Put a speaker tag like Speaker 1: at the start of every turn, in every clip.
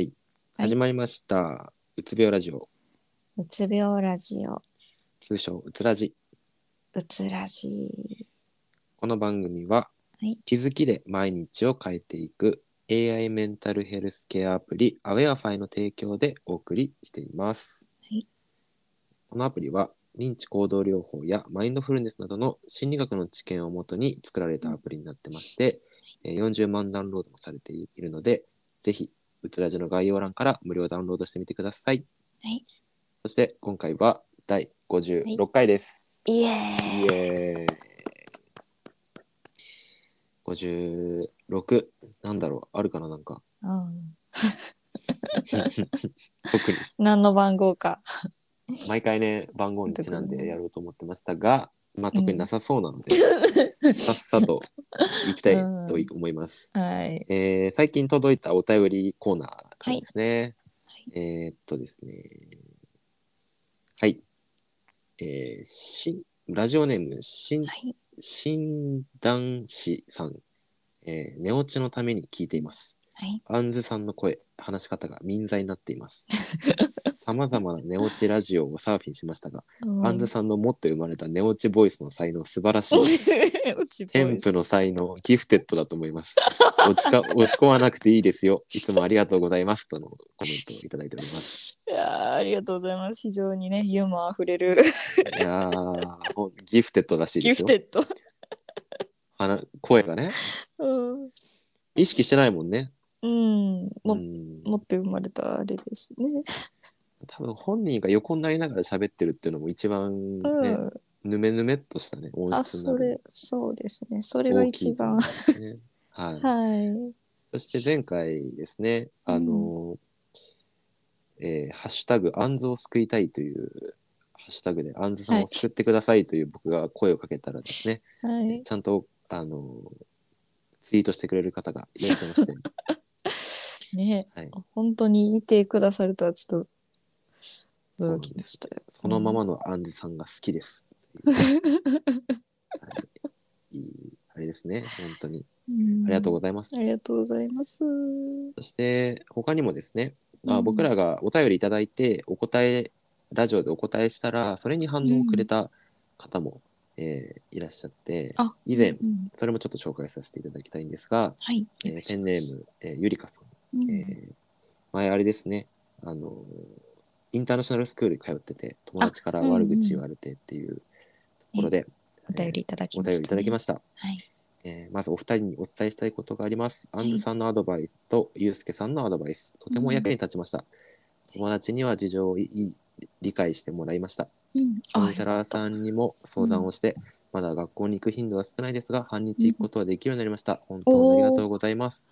Speaker 1: い
Speaker 2: 始まりました。うつ病ラジオ、
Speaker 1: うつ病ラジオ、
Speaker 2: 通称うつラジ。
Speaker 1: うつラジ。
Speaker 2: この番組は、
Speaker 1: はい
Speaker 2: 気づきで毎日を変えていく AI メンタルヘルスケアアプリ、アウェアファイの提供でお送りしています。
Speaker 1: はい
Speaker 2: このアプリは、認知行動療法やマインドフルネスなどの心理学の知見をもとに作られたアプリになってまして、えー40万ダウンロードもされているので、ぜひ、うつラジの概要欄から無料ダウンロードしてみてください。
Speaker 1: はい
Speaker 2: そして、今回は第56回です。
Speaker 1: イ
Speaker 2: イ
Speaker 1: エーイ
Speaker 2: エーイ56なんだろうあるかななんか
Speaker 1: うん。
Speaker 2: 特に
Speaker 1: 何の番号か。
Speaker 2: 毎回ね番号にちなんでやろうと思ってましたが、まあ、特になさそうなので、さっさといきたいと思います、
Speaker 1: はい。
Speaker 2: えー最近届いたお便りコーナーからですね、
Speaker 1: は
Speaker 2: えーっとですねはいえー、しラジオネームしん
Speaker 1: はい。
Speaker 2: 診断士さん、えー寝落ちのために聞いています。
Speaker 1: はい。
Speaker 2: アンズさんの声、話し方が民在になってい ます。さまざまな寝落ちラジオをサーフィンしましたが、
Speaker 1: うん
Speaker 2: アンズさんの持って生まれた寝落ちボイスの才能、素晴らしい。
Speaker 1: うちボ
Speaker 2: テ
Speaker 1: イ
Speaker 2: ン
Speaker 1: ス
Speaker 2: プの才能、ギフテッドだと思います。落 ちか落ち込まなくていいですよ。いつもありがとうございます。とのコメントをいただいております。
Speaker 1: いやーありがとうございます。非常にね、ユーモアあふれる
Speaker 2: いやー、ほんギフテッドらしい
Speaker 1: ギ
Speaker 2: です
Speaker 1: フ
Speaker 2: よ。
Speaker 1: テッド。
Speaker 2: あの声がね、
Speaker 1: うん。
Speaker 2: 意識してないもんね。
Speaker 1: うん。
Speaker 2: う
Speaker 1: も、
Speaker 2: ん
Speaker 1: 持って生まれたあれですね。
Speaker 2: 多分本人が横になりながら喋ってるっていうのも一番ね、
Speaker 1: うん。
Speaker 2: ぬめぬめっとしたね音
Speaker 1: あ、
Speaker 2: 質に
Speaker 1: そ
Speaker 2: なる
Speaker 1: れ、そうですね。それが
Speaker 2: 大き
Speaker 1: 一
Speaker 2: いと
Speaker 1: 番
Speaker 2: 思うん。ですね、はい、
Speaker 1: はい。
Speaker 2: そして前回ですねあの、えーハッシュタグ「あんずを救いたい」というハッシュタグで「あんずさんを救ってください」という僕が声をかけたらですね、
Speaker 1: はい。
Speaker 2: ちゃんとあのツイートしてくれる方がいらっしゃいま して、
Speaker 1: ね、
Speaker 2: はい
Speaker 1: 本当にいてくださるとはちょっと驚きましたよ。
Speaker 2: そのままのあんずさんが好き です。はい、いいあれですね本当にありがとうご
Speaker 1: ざ
Speaker 2: ざ
Speaker 1: い
Speaker 2: います
Speaker 1: あ。りがとうございます。
Speaker 2: そして他にもですね、
Speaker 1: う
Speaker 2: あ
Speaker 1: ん
Speaker 2: 僕らがお便りいただいてお答えラジオでお答えしたらそれに反応をくれた方も、えーいらっしゃって
Speaker 1: あ
Speaker 2: 以前
Speaker 1: うん、
Speaker 2: それもちょっと紹介させていただきたいんですが、
Speaker 1: はい。
Speaker 2: えーペンネーム、えーゆりかさん、
Speaker 1: ム
Speaker 2: えー前あれですねあのーインターナショナルスクール通ってて友達から悪口言われてっていうところで、
Speaker 1: お便りいただき
Speaker 2: お
Speaker 1: ました、
Speaker 2: 便りいただきま
Speaker 1: し
Speaker 2: した。
Speaker 1: た。はい。
Speaker 2: えーまずお二人にお伝えしたいことがあります。ア
Speaker 1: い
Speaker 2: ンズさんのアドバイスとユうスケさんのアドバイス、とても役に立ちました。友達には事情をいい理解してもらいました。
Speaker 1: うん、
Speaker 2: カウンセラー
Speaker 1: ん。
Speaker 2: さんにも相談をして、まだ学校に行く頻度は少ないですが、半日行くことはできるようになりました。本当にありがとうございます。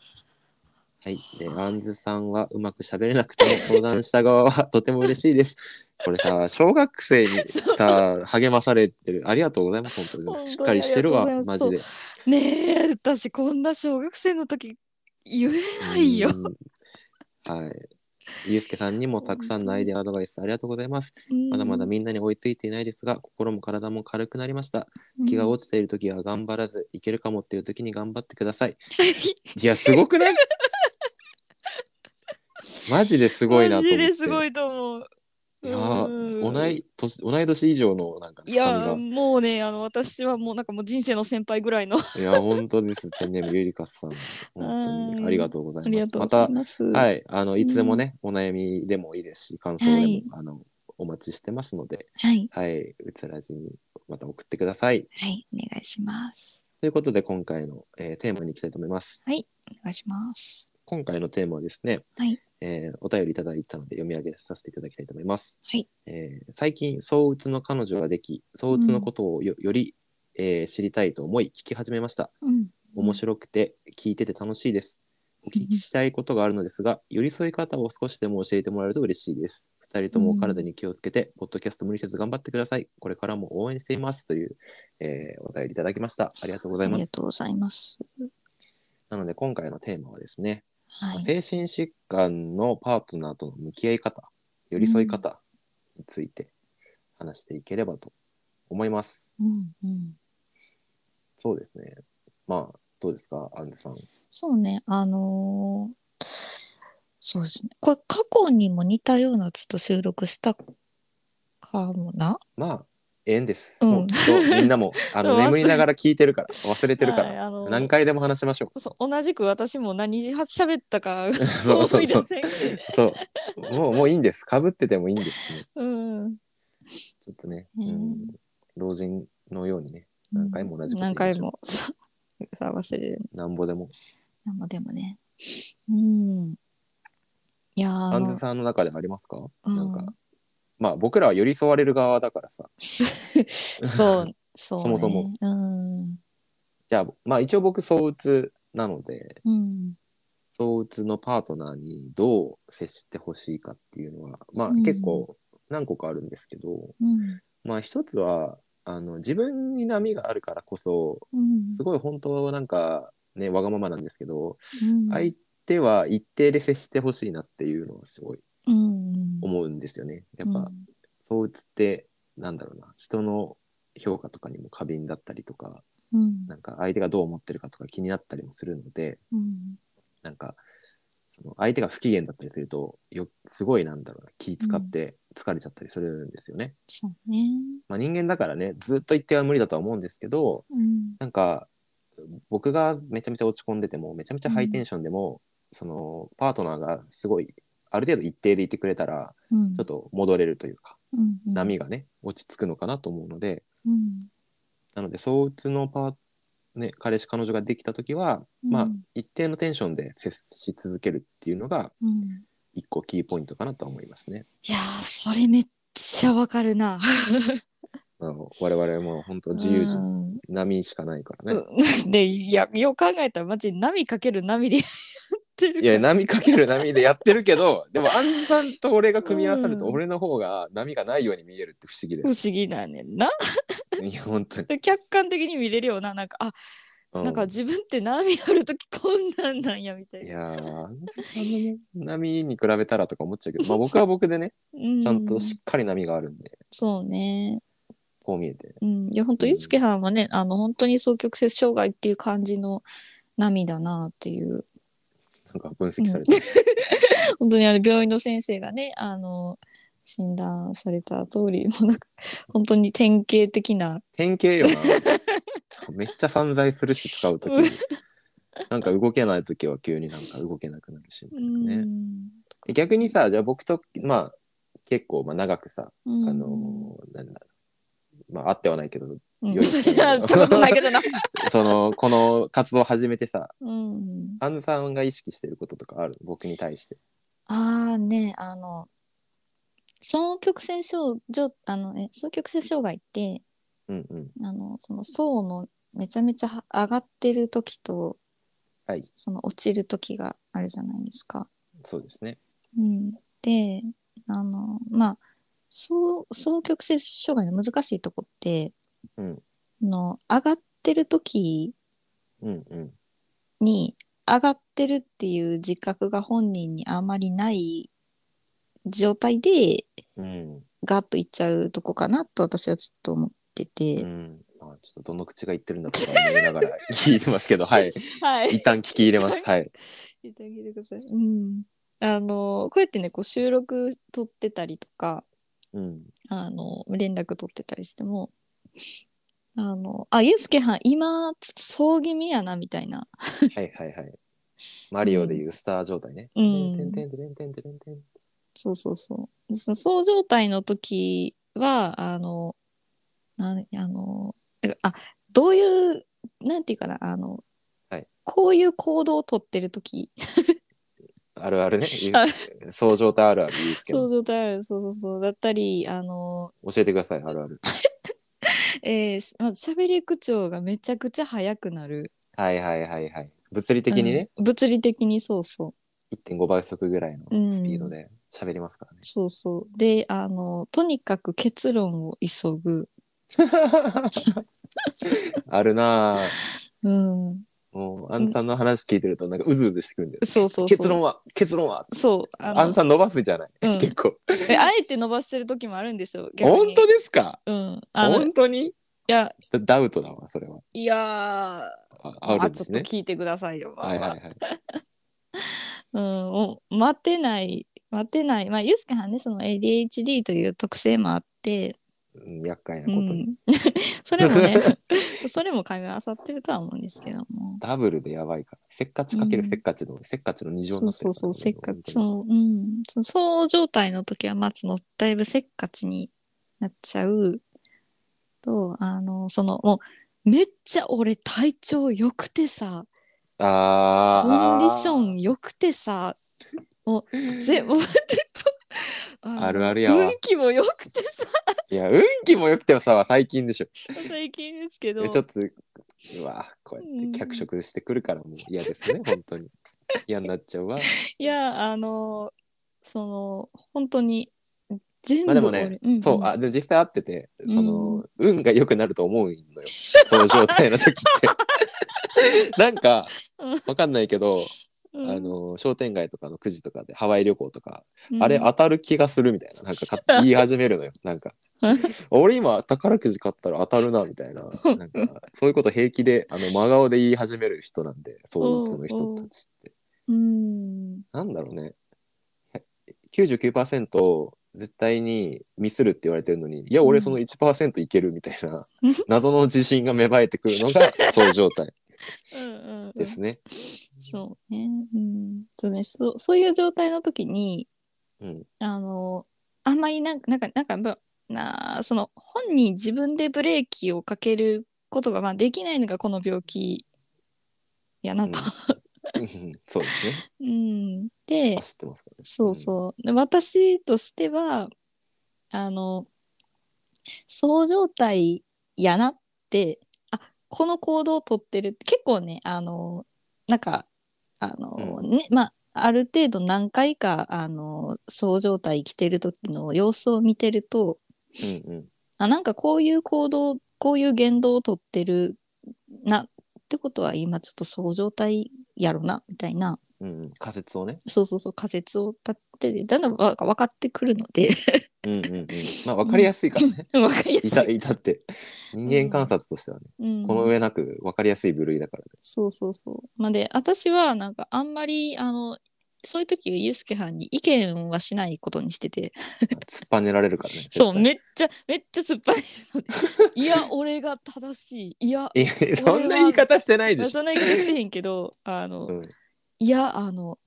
Speaker 2: はい。で、アンズさんはうまく喋れなくても相談した側は とても嬉しいです。これ さ、小学生にさ、励まされてる。ありがとうございます。本当
Speaker 1: 本当
Speaker 2: に。
Speaker 1: に
Speaker 2: しっかりしてるわ
Speaker 1: ありがと、うござ
Speaker 2: マ
Speaker 1: います
Speaker 2: ジで。
Speaker 1: ねえ、私こんな小学生の時言えないよ。
Speaker 2: うん。はい。ゆうすけさんにもたくさんのアイデアアドバイスありがとうございます。まだまだみんなに追いついていないですが、心も体も軽くなりました。気が
Speaker 1: 多い。
Speaker 2: 落ちている時は頑張らず、いけるかもっていう時に頑張ってください。
Speaker 1: す
Speaker 2: いや、すごくないマジですごいなと思って。
Speaker 1: マジですごいと思う。
Speaker 2: いやー
Speaker 1: うん
Speaker 2: 同い年同い年以上のなんか
Speaker 1: い
Speaker 2: 深み
Speaker 1: やもうねあの私はもうなんかもう人生の先輩ぐらいのあ
Speaker 2: が。いや、本当です。ペンネームゆりかさん。本当
Speaker 1: はい
Speaker 2: にありがとうございます。
Speaker 1: りがとうご
Speaker 2: ま
Speaker 1: ざ
Speaker 2: た
Speaker 1: います。
Speaker 2: はい、あのいつでもね、お悩みでもいいですし、感想でも、
Speaker 1: はい
Speaker 2: あのお待ちしてますので、
Speaker 1: はい、
Speaker 2: はい、うつらじにまた送ってください。
Speaker 1: はい、お願いします。
Speaker 2: ということで、今回の、えーテーマに行きたいと思います。
Speaker 1: お願いします。
Speaker 2: 今回のテーマはですね、
Speaker 1: はい
Speaker 2: えーお便りいただいたので読み上げさせていただきたいと思います。
Speaker 1: はい
Speaker 2: えー最近、躁うつの彼女ができ、躁うつのことをよより、えー知りたいと思い聞き始めました。
Speaker 1: うん、
Speaker 2: 面白くて聞いてて楽しいです。お聞きしたいことがあるの ですが、寄り添い方を少しでも教えてもらえると嬉しいです。二人ともお体に気をつけて、ポッドキャスト無理せず頑張ってください。これからも応援していますという、えーお便りいただきました。ありがとうござい
Speaker 1: あ
Speaker 2: ま
Speaker 1: りが
Speaker 2: す。
Speaker 1: とうございます。
Speaker 2: なので今回のテーマはですね、
Speaker 1: はい、
Speaker 2: 精神疾患のパートナーとの向き合い方、寄り添い方について話していければと思います。
Speaker 1: うん、うん、
Speaker 2: そうですね。まあ、どうですか、アンズさん。
Speaker 1: そうね、あのーそうですね。これ過去にも似たようなやつと収録したかもな。
Speaker 2: まあ、縁です。
Speaker 1: うん
Speaker 2: もうきっとみんな も、あの、
Speaker 1: 忘れ
Speaker 2: 眠りながら聞いてるから、忘れてるか
Speaker 1: はい
Speaker 2: ら、
Speaker 1: あの
Speaker 2: 何回でも話しましょう。
Speaker 1: そう同じく私も何時喋ったか
Speaker 2: そう
Speaker 1: 思
Speaker 2: そ
Speaker 1: いう出
Speaker 2: そう。
Speaker 1: せんけど
Speaker 2: そう。もう、もういいんです。かぶっててもいいんです、ね。
Speaker 1: うん。
Speaker 2: ちょっとね、
Speaker 1: う
Speaker 2: うんん、老人のようにね、何回も同じこと言いま
Speaker 1: 何回
Speaker 2: しょう
Speaker 1: も。そうさあ忘れる。
Speaker 2: なんぼでも。
Speaker 1: でもでもね。うん。いやー
Speaker 2: ア
Speaker 1: あ
Speaker 2: ン
Speaker 1: の
Speaker 2: ズさんの中でありますか、
Speaker 1: うん
Speaker 2: なんか、まあ、僕らは寄り添われる側だからさ。
Speaker 1: そう、そう、ね。
Speaker 2: そもそも。
Speaker 1: うん。
Speaker 2: じゃあ、まあ、一応僕、躁うつなので、
Speaker 1: うん。
Speaker 2: 躁うつのパートナーにどう接してほしいかっていうのは、まあ、
Speaker 1: うん
Speaker 2: 結構何個かあるんですけど、
Speaker 1: うん。
Speaker 2: まあ、一つは、あの自分に波があるからこそ
Speaker 1: うん
Speaker 2: すごい本当はなんかねわがままなんですけど、
Speaker 1: うん
Speaker 2: 相手は一定で接してほしいなっていうのはすごい
Speaker 1: うん。
Speaker 2: 思うんですよね。やっ
Speaker 1: うん
Speaker 2: ぱ、そうつってなんだろうな人の評価とかにも過敏だったりとか
Speaker 1: うん。
Speaker 2: なんか相手がどう思ってるかとか気になったりもするので
Speaker 1: うん。
Speaker 2: なんかその相手が不機嫌だったりするとよすごいなんだろうな気使って疲れちゃったりするんですよね。
Speaker 1: そうね。
Speaker 2: まあ、人間だからねずっと一定は無理だとは思うんですけど
Speaker 1: うん。
Speaker 2: なんか僕がめちゃめちゃ落ち込んでてもめちゃめちゃハイテンションでも、そのパートナーがすごいある程度一定でいてくれたら
Speaker 1: うん
Speaker 2: ちょっと戻れるというか、
Speaker 1: うんうん
Speaker 2: 波がね落ち着くのかなと思うので
Speaker 1: うん
Speaker 2: なので相うつのパー、ね、彼氏彼女ができた時は、まあ
Speaker 1: うん
Speaker 2: 一定のテンションで接し続けるっていうのが
Speaker 1: うん
Speaker 2: 一個キーポイントかなと思いますね。
Speaker 1: いやーそれめっちゃわかるな。
Speaker 2: あの我々も本当自由
Speaker 1: う
Speaker 2: 人
Speaker 1: ん
Speaker 2: 波しかないからね。
Speaker 1: うん でいやよく考えたらマジ波かける波でやってる
Speaker 2: いや
Speaker 1: から
Speaker 2: 波かける波でやってるけどでもアンズさんと俺が組み合わさると
Speaker 1: うん
Speaker 2: 俺の方が波がないように見えるって不思議
Speaker 1: 不
Speaker 2: で
Speaker 1: 思
Speaker 2: す。
Speaker 1: 議だねんな。
Speaker 2: いや本当に、
Speaker 1: で客観的に見れるようななんかあ
Speaker 2: うん
Speaker 1: なんか自分って波ある時こんなんなんやみたい
Speaker 2: い
Speaker 1: な。
Speaker 2: やーアンズさんのね波に比べたらとか思っちゃうけど、まあ、僕は僕でね
Speaker 1: う
Speaker 2: ちゃんとしっかり波があるんで
Speaker 1: そうね。
Speaker 2: こう見えて
Speaker 1: うん、いや本当
Speaker 2: うん
Speaker 1: ゆうすけはんはね、あの本当に双極性障害っていう感じの波だなっていう
Speaker 2: なんか分析されてる、
Speaker 1: 本当にあの病院の先生がねあの診断された通りもうなんか本当に典型的な
Speaker 2: 典 型よなめっちゃ散財するし使う時
Speaker 1: うん
Speaker 2: なんか動けない時は急になんか動けなくなるしみたいなね
Speaker 1: ん
Speaker 2: で逆にさじゃあ僕とまあ結構まあ長くさ
Speaker 1: うん
Speaker 2: あのーなんだろうまああってはないけど
Speaker 1: うん、
Speaker 2: 良い人だ な
Speaker 1: ちょっとないけどな、
Speaker 2: その この活動を始めてさ
Speaker 1: うん、
Speaker 2: アンズさんが意識してることとかある僕に対して
Speaker 1: ああねあの双極性症状あのえ双極性障害って
Speaker 2: うんうん
Speaker 1: あのその層のめちゃめちゃは上がってる時と、
Speaker 2: はい
Speaker 1: その落ちる時があるじゃないですか。
Speaker 2: そうですね
Speaker 1: うん、であのまあ双双極性障害の難しいとこって、
Speaker 2: うん
Speaker 1: あの上がってる時
Speaker 2: うんうん
Speaker 1: に上がってるっていう自覚が本人にあまりない状態で
Speaker 2: うん
Speaker 1: ガッといっちゃうとこかなと私はちょっと思ってて。
Speaker 2: うんまあちょっとどの口が言ってるんだとか思いながら聞いてますけど はい
Speaker 1: はい
Speaker 2: 一旦聞き入れますはい
Speaker 1: いただきてください。うん。あの、こうやってね、こう収録撮ってたりとか、
Speaker 2: うん
Speaker 1: あの、連絡取ってたりしても、あの、あ、ゆうすけはん、今、ちょっとそう気味やな、みたいな。
Speaker 2: はいはいはいマリオでいうスター状態ね
Speaker 1: うん
Speaker 2: てんてんてんてんてんてんてん
Speaker 1: そうそうそう。そのそう状態の時は、あの、なん、あの、あ、どういう、なんていうかな、あの、
Speaker 2: はい
Speaker 1: こういう行動を取ってる時
Speaker 2: あるあるね
Speaker 1: あ
Speaker 2: そう状態あるある言うんですけ
Speaker 1: そう
Speaker 2: ど
Speaker 1: 状態ある、そうそうそう、だったり、あの、
Speaker 2: 教えてくださいあるある
Speaker 1: えー、しまず喋り口調がめちゃくちゃ速くなる
Speaker 2: はいはいはいはい物理的にね、、
Speaker 1: うん物理的にそうそう
Speaker 2: 1.5倍速ぐらいのスピードで喋りますからね、
Speaker 1: そうそうであのとにかく結論を急ぐ
Speaker 2: あるなぁ。
Speaker 1: うん
Speaker 2: もう、アンさんの話聞いてると、なんかうずうずしてくるんです。
Speaker 1: そうそうそう
Speaker 2: 結論は、結論は。
Speaker 1: そうあの
Speaker 2: アンさん伸ばすじゃない、
Speaker 1: うん
Speaker 2: 結構。
Speaker 1: えあえて伸ばしてる時もあるんです よ逆に
Speaker 2: 本当ですか
Speaker 1: うんあのい
Speaker 2: 本当に
Speaker 1: や
Speaker 2: ダウトだわ、それは。
Speaker 1: いやー
Speaker 2: ああるんで
Speaker 1: ちょ
Speaker 2: す
Speaker 1: っと
Speaker 2: ね。
Speaker 1: 聞いてくださいよ、
Speaker 2: はいはいはい。
Speaker 1: うん、もう待てない待てないまあユースケはんねその ADHD という特性もあって、
Speaker 2: うん厄介な
Speaker 1: う
Speaker 2: ことに、
Speaker 1: ん、 それもね それも噛み合わさってるとは思うんですけども
Speaker 2: ダブルでやばいからせっかちかけるせっかちの、せっかちの二乗に
Speaker 1: そ
Speaker 2: なってるから
Speaker 1: うそうそうせっかちそ
Speaker 2: 本
Speaker 1: のうんそのそう状態の時はまずのだいぶせっかちになっちゃうとあのそのもうめっちゃ俺体調良くてさ
Speaker 2: 当にあー
Speaker 1: コンディション良くてさもう全部
Speaker 2: あるあるやわ
Speaker 1: 運気も良くてさ
Speaker 2: いや運気も良くてもさ最近でしょ
Speaker 1: 最近ですけど
Speaker 2: えちょっとうわこうやって脚色してくるからもう嫌ですね 本当に嫌になっちゃうわ
Speaker 1: いやあのその本当に全部
Speaker 2: まあでも
Speaker 1: 俺
Speaker 2: ね、
Speaker 1: んん
Speaker 2: そうあでも実際会っててその、運が良くなると思うのよその状態の時って なんか
Speaker 1: うん
Speaker 2: わかんないけど、
Speaker 1: うん
Speaker 2: あの商店街とかのくじとかでハワイ旅行とか、
Speaker 1: うん
Speaker 2: あれ当たる気がするみたいななんかか言い始めるの よなんか俺今宝くじ買ったら当たるなみたいななんかそういうこと平気であの真顔で言い始める人なんでそうその人たちって
Speaker 1: うん
Speaker 2: なんだろうねへ99%絶対にミスるって言われてるのにいや俺その1%いけるみたいな、謎の自信が芽生えてくるの がそういう状態
Speaker 1: うんうんうん
Speaker 2: ですね。
Speaker 1: そうね。うん。そうね。そうそういう状態の時に、
Speaker 2: うん、
Speaker 1: あの、あんまりなんか、なんか、なんかぶ、なあ、その、本人自分でブレーキをかけることが、まあ、できないのがこの病気やなと。
Speaker 2: うんそうですね。
Speaker 1: うん。で、
Speaker 2: 走ってますからね。
Speaker 1: そうそう。で私としては、あの、そう状態やなって、あこの行動をとってるって、結構ね、あの、なんか、あの、
Speaker 2: う
Speaker 1: ね、まあ、ある程度何回か、あの、そう状態生きてる時の様子を見てると、
Speaker 2: うんうん
Speaker 1: あ、なんかこういう行動、こういう言動をとってるなってことは、今ちょっとそう状態やろな、みたいな。
Speaker 2: うんうん、仮説をね。
Speaker 1: そうそうそう仮説を立っててだんだんわ分かってくるの で
Speaker 2: うんうんうん、まあ分かりやすいからね。
Speaker 1: 分かりや
Speaker 2: い
Speaker 1: す
Speaker 2: た
Speaker 1: い、
Speaker 2: いたって人間観察としてはね、
Speaker 1: うん、
Speaker 2: この上なく分かりやすい部類だからね。
Speaker 1: そうそうそうまあで私はなんかあんまりあのそういう時はユースケはんに意見はしないことにしてて
Speaker 2: 突っぱねられるからね。
Speaker 1: そう
Speaker 2: 絶
Speaker 1: めっちゃめっちゃ突っ張りのでいや俺が正しいいや
Speaker 2: 対いやそんな言い方してないでしょ。
Speaker 1: そんな言い方してへんけどあの、
Speaker 2: うん
Speaker 1: いやあの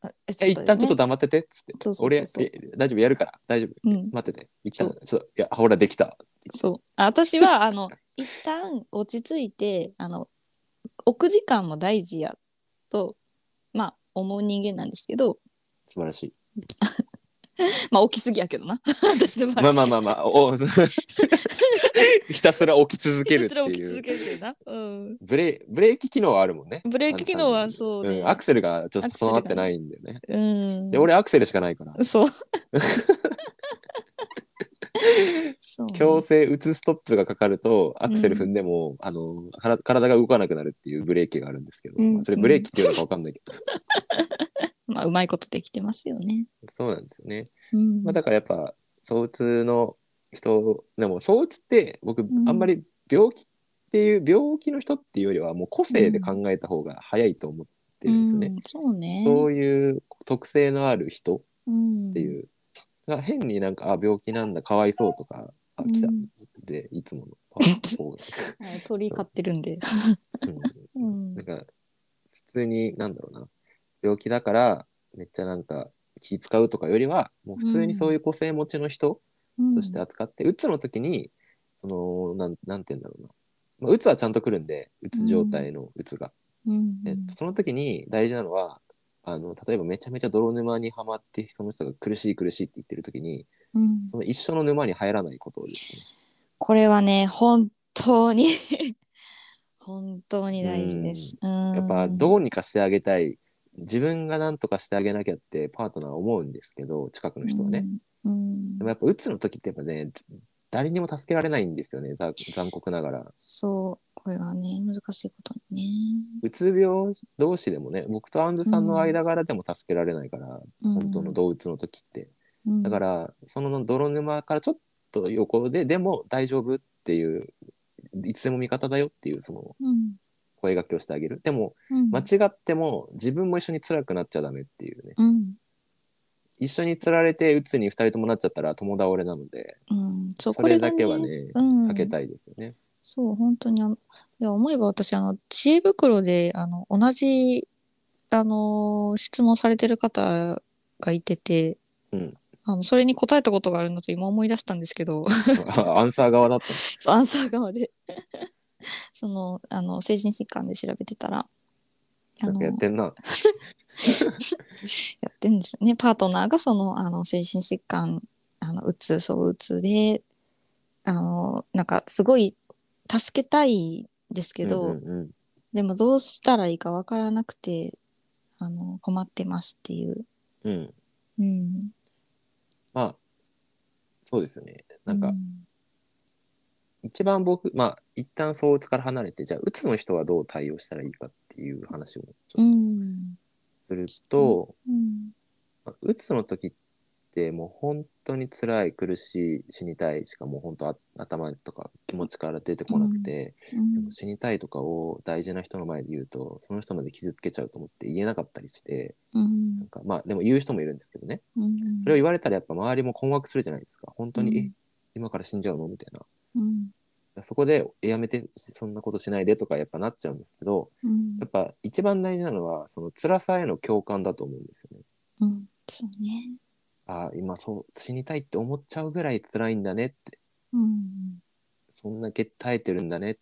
Speaker 1: あえ
Speaker 2: え一旦ちょっと
Speaker 1: だ
Speaker 2: 黙っててっつって
Speaker 1: そうそう
Speaker 2: 俺
Speaker 1: そうそう
Speaker 2: え大丈夫やるから大丈夫
Speaker 1: うん
Speaker 2: 待ってて一旦
Speaker 1: そ
Speaker 2: ちょっといやほらできた
Speaker 1: そうあ私はあの一旦落ち着いてあの置く時間も大事やとまあ思う人間なんですけど
Speaker 2: 素晴らしい
Speaker 1: まあ置きすぎやけどな 私の場合
Speaker 2: まあまあまあまあお ひたすら置き続けるって
Speaker 1: ひたすら置き
Speaker 2: い
Speaker 1: 続
Speaker 2: う
Speaker 1: けるけどな、うん、
Speaker 2: ブレブレーキ機能はあるもんね
Speaker 1: ブレーキ機能はそうね、
Speaker 2: んアクセルがちょっと備わってないんだよね
Speaker 1: うん
Speaker 2: で俺アクセルしかないから
Speaker 1: そう そう
Speaker 2: 強制打つストップがかかるとアクセル踏んでも、あのから体が動かなくなるっていうブレーキがあるんですけど、
Speaker 1: うん
Speaker 2: まあそれブレーキっていうのか分かんないけど
Speaker 1: まあうまいことできてますよね、
Speaker 2: そうなんですよね
Speaker 1: うん
Speaker 2: まあ、だからやっぱ躁うつの人でも躁うつって僕
Speaker 1: ん
Speaker 2: あんまり病気っていう、病気の人っていうよりはもう個性で考えた方が早いと思ってるんですよ
Speaker 1: う
Speaker 2: ね
Speaker 1: ん、、そうね
Speaker 2: そういう特性のある人っ
Speaker 1: うん
Speaker 2: ていう、が変になんかあ病気なんだかわいそうとかあ
Speaker 1: うん
Speaker 2: 来た、でいつものパーこ
Speaker 1: はい鳥飼ってるんで
Speaker 2: うう
Speaker 1: うんん
Speaker 2: なんか普通になんだろうな病気だからめっちゃなんか気使うとかよりはもう普通にそういう個性持ちの人、として扱って、うつの時にそのなんなんて言うんだろうな、まあ、うつはちゃんと来るんでうつ状態のうつが、
Speaker 1: うん
Speaker 2: でその時に大事なのはあの例えばめちゃめちゃ泥沼にはまってその人が苦しい苦しいって言ってる時に
Speaker 1: うん、
Speaker 2: その一緒の沼に入らないことをです
Speaker 1: これはね本当に 本当に大事です。うん
Speaker 2: ねやっぱどうにかしてあげたい自分が何とかしてあげなきゃってパートナーは思うんですけど近くの人はね、。
Speaker 1: うん
Speaker 2: でもやっぱうつの時ってやっぱね誰にも助けられないんですよねざ残酷ながら
Speaker 1: そうこれがね難しいことにね。
Speaker 2: うつ病同士でもね僕とアンズさんの間柄でも助けられないから、本当の動物の時って、
Speaker 1: うん
Speaker 2: だからその泥沼からちょっと横ででも大丈夫っていういつでも味方だよっていうその
Speaker 1: うん
Speaker 2: 声声掛けをしてあげるでも
Speaker 1: うん
Speaker 2: 間違っても自分も一緒に辛くなっちゃダメっていうね
Speaker 1: うん
Speaker 2: 一緒につられて鬱に二人ともなっちゃったら友倒れなので
Speaker 1: うん、そう
Speaker 2: そ
Speaker 1: こ
Speaker 2: れ
Speaker 1: が
Speaker 2: だけはね
Speaker 1: うん
Speaker 2: 避けたいですよね。
Speaker 1: そう本当にあのいや思えば私あの知恵袋であの同じあの質問されてる方がいてて、
Speaker 2: うん
Speaker 1: あのそれに答えたことがあるのと今思い出したんですけど
Speaker 2: アンサー側だったの
Speaker 1: そうアンサー側で そのあの成人疾患で調べてたらあ
Speaker 2: なん
Speaker 1: の
Speaker 2: かやってんな。
Speaker 1: やってんですねパートナーがそのあの精神疾患あのうつそううつであのなんかすごい助けたいですけど、
Speaker 2: うんうんうん
Speaker 1: でもどうしたらいいかわからなくてあの困ってますっていう、
Speaker 2: うん、
Speaker 1: うん、
Speaker 2: まあそうですよね。なん
Speaker 1: う
Speaker 2: か一番僕まあ一旦そう鬱から離れてじゃあ鬱の人はどう対応したらいいかっていう話をち
Speaker 1: う
Speaker 2: ょっと
Speaker 1: ん
Speaker 2: すると、
Speaker 1: うん
Speaker 2: まあ鬱の時ってもう本当に辛い苦しい死にたいしかもう本当あ頭とか気持ちから出てこなくて、でも死にたいとかを大事な人の前で言うとその人まで傷つけちゃうと思って言えなかったりして
Speaker 1: うん
Speaker 2: なんかまあでも言う人もいるんですけどね
Speaker 1: うん
Speaker 2: それを言われたらやっぱ周りも困惑するじゃないですか本当に、
Speaker 1: うん
Speaker 2: え今から死んじゃうのみたいな
Speaker 1: うん
Speaker 2: そこでえやめてそんなことしないでとかやっぱなっちゃうんですけど
Speaker 1: うん
Speaker 2: やっぱ一番大事なのはその辛さへの共感だと思うんですよね。
Speaker 1: うんそうね
Speaker 2: ああ今そう死にたいって思っちゃうぐらい辛いんだねって
Speaker 1: うん
Speaker 2: そんだけ耐えてるんだねっ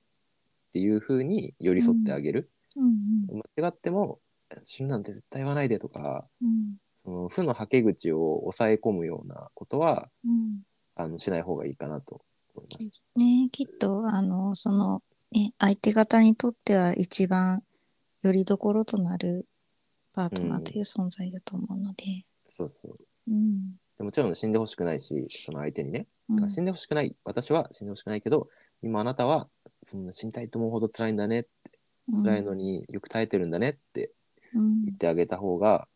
Speaker 2: ていうふうに寄り添ってあげる、
Speaker 1: うん
Speaker 2: 間違っても死ぬなんて絶対言わないでとか
Speaker 1: うん
Speaker 2: その負のはけ口を抑え込むようなことは
Speaker 1: うん
Speaker 2: あのしない方がいいかなと思います。
Speaker 1: ねきっとあのその、ね、相手方にとっては一番よりどころとなるパートナーという存在だと思うので。
Speaker 2: そうそう
Speaker 1: うん
Speaker 2: でもちろん死んでほしくないしその相手にね
Speaker 1: うん
Speaker 2: 死んでほしくない私は死んでほしくないけど今あなたはそんな死にたいと思うほど辛いんだね辛いのによく耐えてるんだねって
Speaker 1: うん
Speaker 2: 言ってあげた方が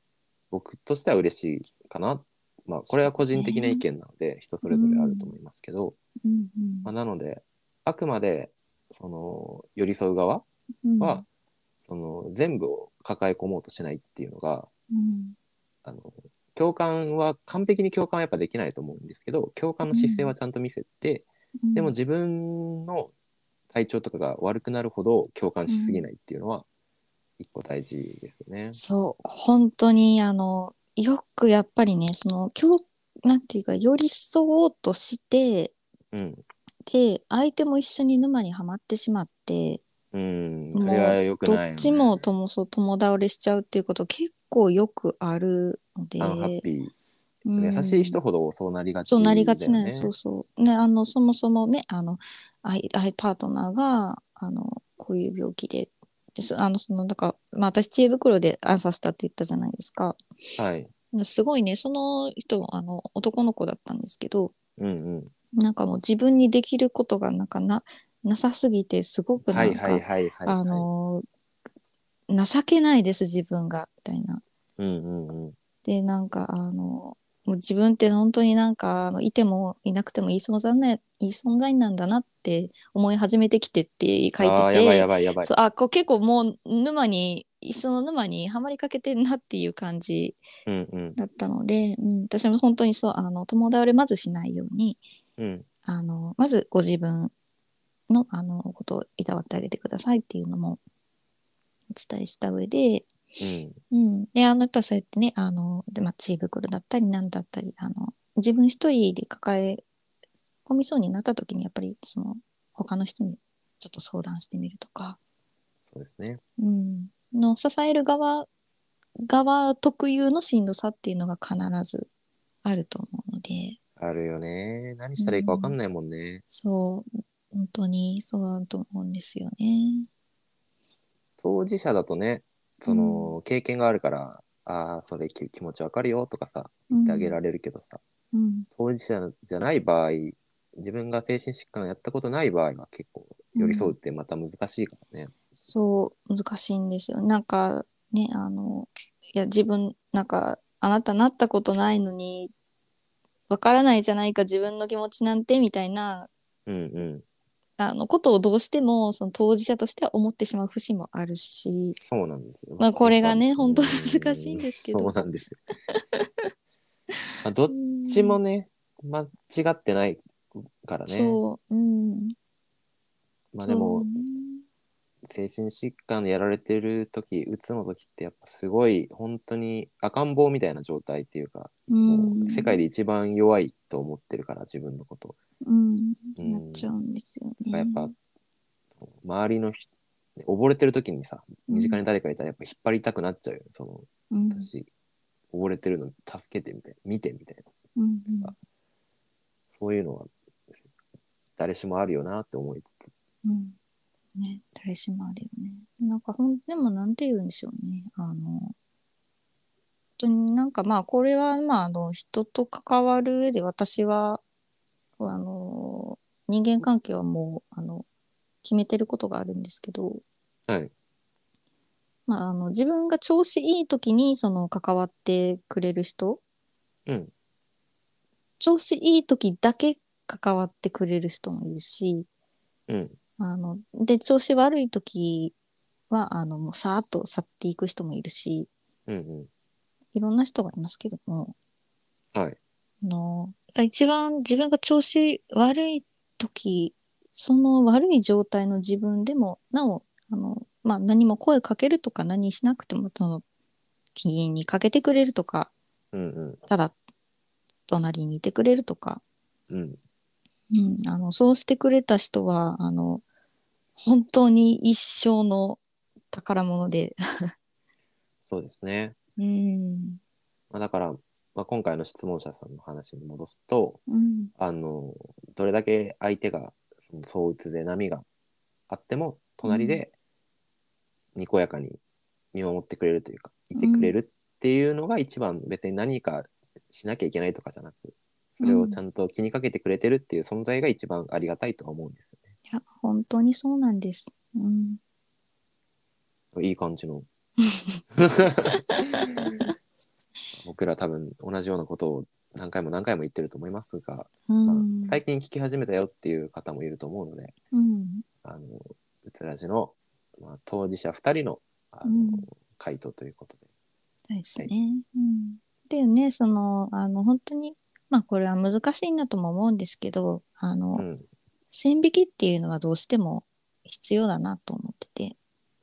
Speaker 2: 僕としては嬉しいかなまあこれは個人的な意見なので人それぞれあると思いますけど、
Speaker 1: うん
Speaker 2: まあ、なのであくまでその寄り添う側
Speaker 1: うん
Speaker 2: は、その全部を抱え込もうとしないっていうのが
Speaker 1: うん
Speaker 2: あの共感は完璧に共感はやっぱできないと思うんですけど共感の姿勢はちゃんと見せて、
Speaker 1: うん
Speaker 2: でも自分の体調とかが悪くなるほど共感しすぎないっていうのは一個大事ですよね。
Speaker 1: そう本当にあのよくやっぱりねその今日なんていうか寄り添おうとして
Speaker 2: うん。
Speaker 1: で相手も一緒に沼にはまってしまって
Speaker 2: うん。
Speaker 1: もう
Speaker 2: それは良く
Speaker 1: ど
Speaker 2: ない、
Speaker 1: っちも。ともそう友倒れしちゃうっていうこと結構よくあるので、
Speaker 2: アンハッピ
Speaker 1: う
Speaker 2: ー。
Speaker 1: ん
Speaker 2: 優しい人ほどそうなりがち、
Speaker 1: そうなりがちなん
Speaker 2: だよ
Speaker 1: そうそうねあのそもそもねあのアイアイパートナーがあのこういう病気でですあのそのだから、まあ、私知恵袋で暗殺したって言ったじゃないですか
Speaker 2: はい。
Speaker 1: すごいねその人あの男の子だったんですけど
Speaker 2: うんうん。
Speaker 1: なんかもう自分にできることがなんかななさすぎてすごく
Speaker 2: は
Speaker 1: ないんか、
Speaker 2: はいはいはい、はい。
Speaker 1: あ、の情けないです自分がみたいな。
Speaker 2: うんうんうん。
Speaker 1: でなんかあのもう自分って本当になんかあのいてもいなくてもいい存在ねいい存在なんだなって思い始めてきてって書いてて
Speaker 2: ああ、やばいやばいやばい。
Speaker 1: そうあこう結構もう沼にその沼にはまりかけてんなっていう感じ
Speaker 2: うんうん
Speaker 1: だったので、うん、私も本当にそうあの友倒れまずしないように
Speaker 2: うん。
Speaker 1: あのまずご自分のあのことをいたわってあげてくださいっていうのもお伝えした上で、
Speaker 2: うん。
Speaker 1: うん、であのやっぱそうやってねあので、まあ、知恵袋だったり何だったりあの自分一人で抱え込みそうになった時にやっぱりその他の人にちょっと相談してみるとか、
Speaker 2: そうですね。
Speaker 1: うん、の支える側側特有のしんどさっていうのが必ずあると思うので。
Speaker 2: あるよね。何したらいいかわかんないもんね。
Speaker 1: そう、本当にそうだと思うんですよね。
Speaker 2: 当事者だとね、その経験があるから、ああ、それき気持ちわかるよとかさ、言ってあげられるけどさ、
Speaker 1: うん、
Speaker 2: 当事者じゃない場合自分が精神疾患をやったことない場合は結構寄り添うってまた難しいからね。
Speaker 1: そう、難しいんですよ。なんかね、あの、いや、自分、なんか、あなたなったことないのに、わからないじゃないか、自分の気持ちなんて、みたいな
Speaker 2: うんうん。
Speaker 1: あのことをどうしてもその当事者としては思ってしまう節もあるし
Speaker 2: そうなんですよ。
Speaker 1: まあこれがね
Speaker 2: うん
Speaker 1: 本当難しいんですけど
Speaker 2: そうなんですよ。 まあどっちもね、間違ってないからね。
Speaker 1: そう、うん、
Speaker 2: まあでも、
Speaker 1: そうね
Speaker 2: 精神疾患でやられてる時、うつの時ってやっぱすごい、本当に赤ん坊みたいな状態っていうか、もう世界で一番弱いと思ってるから、自分のこと。
Speaker 1: うん、
Speaker 2: うん
Speaker 1: なっちゃうんですよね。
Speaker 2: やっぱ、周りの人、溺れてる時にさ、身近に誰かいたらやっぱ引っ張りたくなっちゃうよね。その、
Speaker 1: うん、
Speaker 2: 私、溺れてるの助けてみたいな、見てみたいな。
Speaker 1: うんうん
Speaker 2: そういうのは誰しもあるよなって思いつつ。
Speaker 1: うんね、誰しもあるよね。なんかほんでもなんて言うんでしょうね。あの本当になんかまあこれはまああの人と関わる上で私はあの人間関係はもうあの決めてることがあるんですけど、
Speaker 2: はい。
Speaker 1: まあ、あの自分が調子いい時にその関わってくれる人、
Speaker 2: うん
Speaker 1: 調子いい時だけ関わってくれる人もいるし
Speaker 2: うん。
Speaker 1: あので調子悪い時はあのもうさーっと去っていく人もいるし
Speaker 2: うん
Speaker 1: いろんな人がいますけども
Speaker 2: うん。はい。
Speaker 1: あの一番自分が調子悪い時その悪い状態の自分でもなおあの、まあ、何も声かけるとか何しなくてもその気にかけてくれるとか
Speaker 2: うんうん。
Speaker 1: ただ隣にいてくれるとか、
Speaker 2: うん。
Speaker 1: うん、あのそうしてくれた人はあの本当に一生の宝物で、
Speaker 2: そうですね。
Speaker 1: うん
Speaker 2: まあ、だから、まあ、今回の質問者さんの話に戻すと、
Speaker 1: うん
Speaker 2: あの、どれだけ相手がその相鬱で波があっても、隣でにこやかに見守ってくれるというか、いてくれるっていうのが一番別に何かしなきゃいけないとかじゃなく、それをちゃんと気にかけてくれてるっていう存在が一番ありがたいとは思うんですよね。
Speaker 1: いや本当にそうなんです。うん
Speaker 2: いい感じの。 僕ら多分同じようなことを何回も何回も言ってると思いますが、
Speaker 1: うん
Speaker 2: まあ最近聞き始めたよっていう方もいると思うので、
Speaker 1: うん
Speaker 2: あのうつらじの、まあ、当事者2人のあの、
Speaker 1: うん
Speaker 2: 回答ということで。
Speaker 1: そうですね。うん、でねそのあの本当にまあこれは難しいなとも思うんですけどあの、
Speaker 2: うん、
Speaker 1: 線引きっていうのはどうしても必要だなと思ってて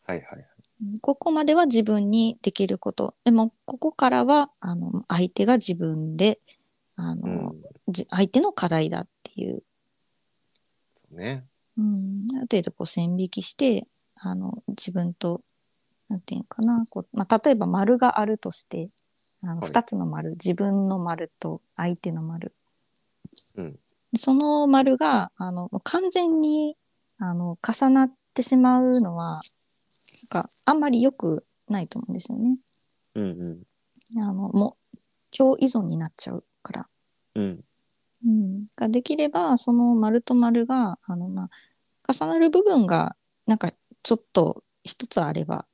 Speaker 2: はいはいはい。
Speaker 1: うんここまでは自分にできることでもここからはあの相手が自分であ
Speaker 2: うん、
Speaker 1: の、
Speaker 2: そ
Speaker 1: じ相手の課題だっていう、
Speaker 2: うね。
Speaker 1: うん、ある程度こう線引きしてあの自分となんていうのかなこう、まあ、例えば丸があるとしてあの
Speaker 2: はい
Speaker 1: 2つの丸、自分の丸と相手の丸
Speaker 2: うん。
Speaker 1: その丸があのもう完全にあの重なってしまうのはなんかあんまり良くないと思うんですよね。
Speaker 2: うんうん。
Speaker 1: あのもう強依存になっちゃうから。
Speaker 2: うん。
Speaker 1: うん、ができればその丸と丸があの、まあ、重なる部分がなんかちょっと一つあれば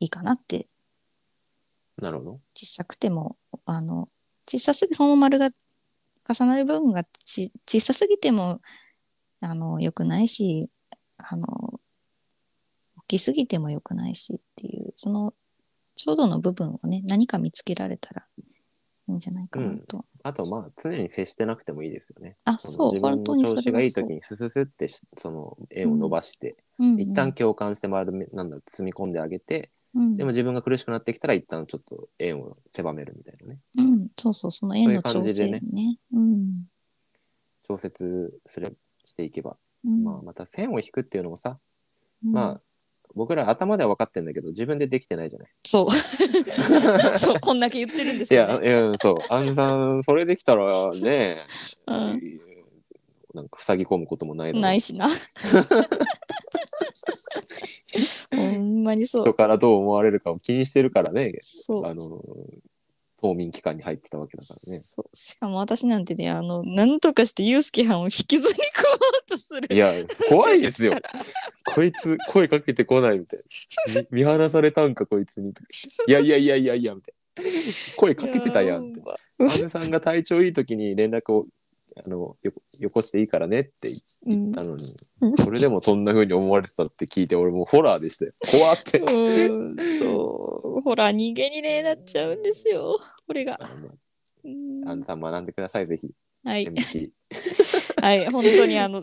Speaker 1: いいかなって
Speaker 2: なるほど。
Speaker 1: 小さくてもあの小さすぎその丸が重なる部分がち小さすぎてもあの良くないしあの大きすぎても良くないしっていうそのちょうどの部分をね何か見つけられたらいいんじゃないかなと。
Speaker 2: あとまあ常に接してなくてもいいですよね。
Speaker 1: あ
Speaker 2: その
Speaker 1: そう
Speaker 2: 自分
Speaker 1: 本当に
Speaker 2: の
Speaker 1: そ
Speaker 2: 調
Speaker 1: れ
Speaker 2: 子
Speaker 1: は
Speaker 2: がいい
Speaker 1: そう
Speaker 2: 時にスススってしその円を伸ばして、
Speaker 1: うんうん
Speaker 2: 一旦共感して丸めなんだろう包み込んであげて、
Speaker 1: うん
Speaker 2: でも自分が苦しくなってきたら一旦ちょっと円を狭めるみたいなね
Speaker 1: うん、そうそう、その絵
Speaker 2: そうい
Speaker 1: の
Speaker 2: う感
Speaker 1: 調
Speaker 2: じで
Speaker 1: 整
Speaker 2: ね
Speaker 1: ね。うん。
Speaker 2: 調節すれしていけば、
Speaker 1: うん
Speaker 2: まあ、また線を引くっていうのもさ、
Speaker 1: うん
Speaker 2: まあ僕ら頭では分かってんだけど自分でできてないじゃない。
Speaker 1: そう。 そう、こんだけ言ってるんです
Speaker 2: い
Speaker 1: よ、
Speaker 2: や
Speaker 1: ね。
Speaker 2: いや そうあんさんそれできたらね、
Speaker 1: うん
Speaker 2: なんか塞ぎ込むこともないのに
Speaker 1: な いしな。ほんまにそ
Speaker 2: 人
Speaker 1: う。
Speaker 2: からどう思われるかを気にしてるからね
Speaker 1: そう
Speaker 2: あ。の冬眠期間に入ってたわけだからね。
Speaker 1: そうしかも私なんてね、あの、なんとかしてユースケはんを引きずり込もうとする。
Speaker 2: いや、怖いです よ。こいつ、声かけてこないみたいな。み見放されたんか、こいつに。いやいやいやいやいや、みたいな。声かけてたやん。
Speaker 1: い
Speaker 2: 安部さんが体調いい時に連絡をあのよよこしていいからねって言っ
Speaker 1: うん
Speaker 2: たのに、それでもそんな風に思われてたって聞いて、俺もうホラーでしたよ。怖って。
Speaker 1: うん、そう。ほら、逃げにね、なっちゃうんですよ。これが。
Speaker 2: あの
Speaker 1: うん
Speaker 2: アンさん学んでください、ぜひ。
Speaker 1: はい。
Speaker 2: MVP。
Speaker 1: はい、本当にあの、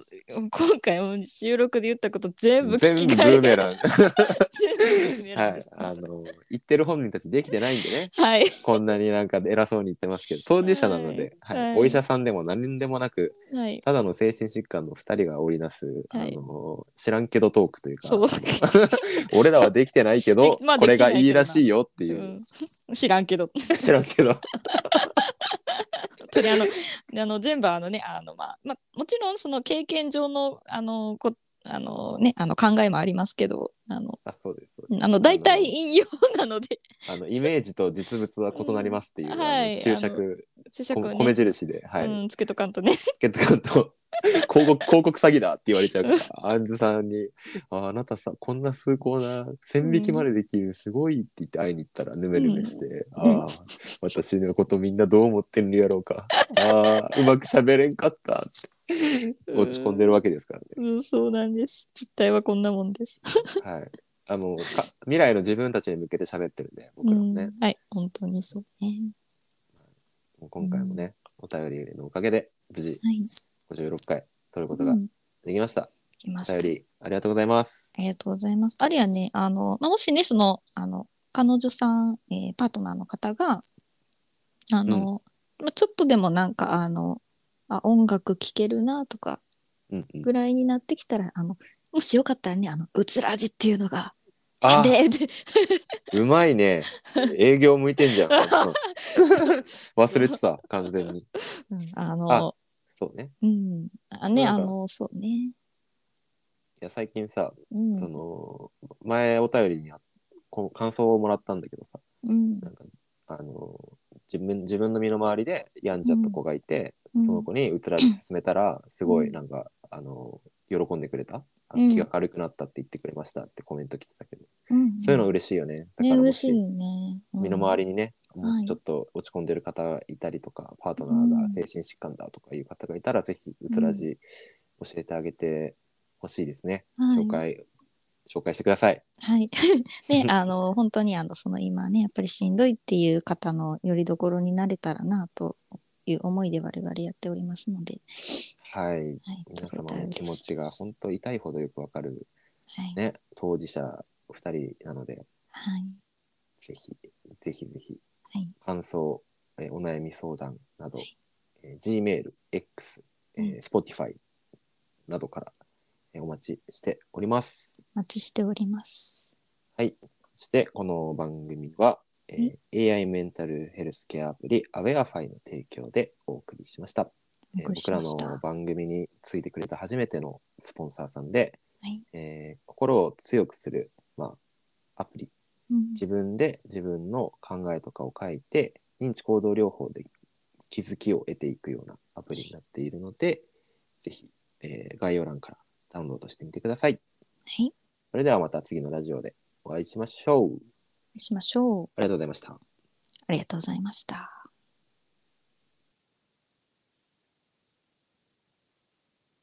Speaker 1: 今回も収録で言ったこと全部
Speaker 2: 全
Speaker 1: 聞
Speaker 2: 部
Speaker 1: き
Speaker 2: ブ
Speaker 1: 換え
Speaker 2: ーメ
Speaker 1: が
Speaker 2: ラン。
Speaker 1: 全部ブーメラン
Speaker 2: は
Speaker 1: で
Speaker 2: い
Speaker 1: す。。
Speaker 2: あの、言ってる本人たちできてないんでね。
Speaker 1: はい。
Speaker 2: こんなになんか偉そうに言ってますけど、当事者なので、
Speaker 1: は
Speaker 2: はいい
Speaker 1: はい
Speaker 2: お医者さんでも何でもなく、
Speaker 1: はい。
Speaker 2: ただの精神疾患の2人が織りなす、
Speaker 1: は
Speaker 2: あ
Speaker 1: い
Speaker 2: の知らんけどトークというか、
Speaker 1: そう
Speaker 2: 俺らはできてないけど、
Speaker 1: でまあ
Speaker 2: これが
Speaker 1: できてない
Speaker 2: い
Speaker 1: け
Speaker 2: い
Speaker 1: どな
Speaker 2: らしいよっていうう、
Speaker 1: ん、 知らんけど。
Speaker 2: 知らんけど、
Speaker 1: 本当にあの あの全部あのねあの、まあまあ、もちろんその経験上のあのこあの、ね、あの考えもありますけどあの
Speaker 2: あそうですそうで
Speaker 1: あの大体引用なのです
Speaker 2: あの、イメージと実物は異なりますっていう、
Speaker 1: う
Speaker 2: あ
Speaker 1: ん
Speaker 2: の
Speaker 1: はい
Speaker 2: 注釈、
Speaker 1: 注釈
Speaker 2: こ
Speaker 1: を
Speaker 2: 米
Speaker 1: ね、
Speaker 2: 印で、はい、
Speaker 1: うん、つけとかんとね
Speaker 2: 結論と広告 広告詐欺だって言われちゃうから、アンズさんにあ、あなたさ、こんな崇高な線引きまでできる、すごいって言って会いに行ったら、ぬめぬめして、
Speaker 1: うん
Speaker 2: ああ、私のことみんなどう思ってんのやろうか、ああ、うまく喋れんかったって、 落ち込んでるわけですからね。
Speaker 1: うんそうなんです実態はこんなもんです、
Speaker 2: はい。あの、か未来の自分たちに向けて喋ってるんで、僕
Speaker 1: う
Speaker 2: らも
Speaker 1: ん
Speaker 2: ね、
Speaker 1: はい本当にそうね
Speaker 2: もう今回もね、お便りのおかげで、無事
Speaker 1: はい
Speaker 2: 56回撮ることが
Speaker 1: うん
Speaker 2: できました。
Speaker 1: 来まし
Speaker 2: お
Speaker 1: た
Speaker 2: 便り、ありがとうございます。
Speaker 1: ありがとうございます。あるいはね、あの、まあ、もしね、その、あの、彼女さん、えーパートナーの方が、あの、まあちょっとでもなんか、あの、あ、音楽聴けるなとか、
Speaker 2: うんうん
Speaker 1: ぐらいになってきたら、あの、もしよかったらね、あの、うつらじっていうのが、
Speaker 2: あ
Speaker 1: で、で、
Speaker 2: うまい ね。営業向いてんじゃん。忘れてた、完全に。
Speaker 1: うんあの、
Speaker 2: そうね。
Speaker 1: うん、あね、
Speaker 2: な
Speaker 1: あ
Speaker 2: んか
Speaker 1: の、そうね。
Speaker 2: いや、最近さ、
Speaker 1: うん。
Speaker 2: その、前お便りにあこ感想をもらったんだけどさ、
Speaker 1: うん。
Speaker 2: なんか、あの、自分自分の身の回りで病んじゃった子がいて、
Speaker 1: うん
Speaker 2: その子にうつらに勧めたら、すご
Speaker 1: う
Speaker 2: い
Speaker 1: ん
Speaker 2: なんか、あの、喜んでくれた。あ
Speaker 1: うん
Speaker 2: 気が軽くなったって言ってくれましたってコメント来てたけど、
Speaker 1: うん
Speaker 2: そういうの嬉しいよね。だ
Speaker 1: ね、
Speaker 2: からも
Speaker 1: 嬉し
Speaker 2: し
Speaker 1: いよね。うん
Speaker 2: 身の回りにね、も
Speaker 1: はい
Speaker 2: しちょっと落ち込んでる方がいたりとか、パートナーが精神疾患だとかいう方がいたら、ぜひ、うつらじ教えてあげてほしいですね。
Speaker 1: はい
Speaker 2: 紹介、紹介してください。
Speaker 1: はい。 で、あの、本当にあの、その今ね、やっぱりしんどいっていう方のよりどころになれたらな、という思いで我々やっておりますので、
Speaker 2: はい。
Speaker 1: はい。
Speaker 2: 皆様の気持ちが
Speaker 1: はい。
Speaker 2: 本当痛いほどよくわかる、ね、当事者2人なので、
Speaker 1: はい。
Speaker 2: ぜひ、ぜひぜひ、
Speaker 1: はい
Speaker 2: 感想、えーお悩み相談など、
Speaker 1: はい
Speaker 2: えー Gmail、X、えー
Speaker 1: うん
Speaker 2: Spotify などから、えーお待ちしております。
Speaker 1: お待ちしております。
Speaker 2: そして、この番組は、えー AI メンタルヘルスケアアプリ、アウェアファイの提供でお送りしました。
Speaker 1: お
Speaker 2: えー
Speaker 1: 送りし
Speaker 2: 僕ら
Speaker 1: ました。
Speaker 2: の番組についてくれた初めてのスポンサーさんで、
Speaker 1: はい
Speaker 2: えー心を強くする、まあ、アプリ、
Speaker 1: うん
Speaker 2: 自分で自分の考えとかを書いて、認知行動療法で気づきを得ていくようなアプリになっているので、ぜひ、えー概要欄からダウンロードしてみてください。
Speaker 1: はい。
Speaker 2: それではまた次のラジオでお会いしましょう。
Speaker 1: しましょう。
Speaker 2: ありがとうございました。
Speaker 1: ありがとうございました。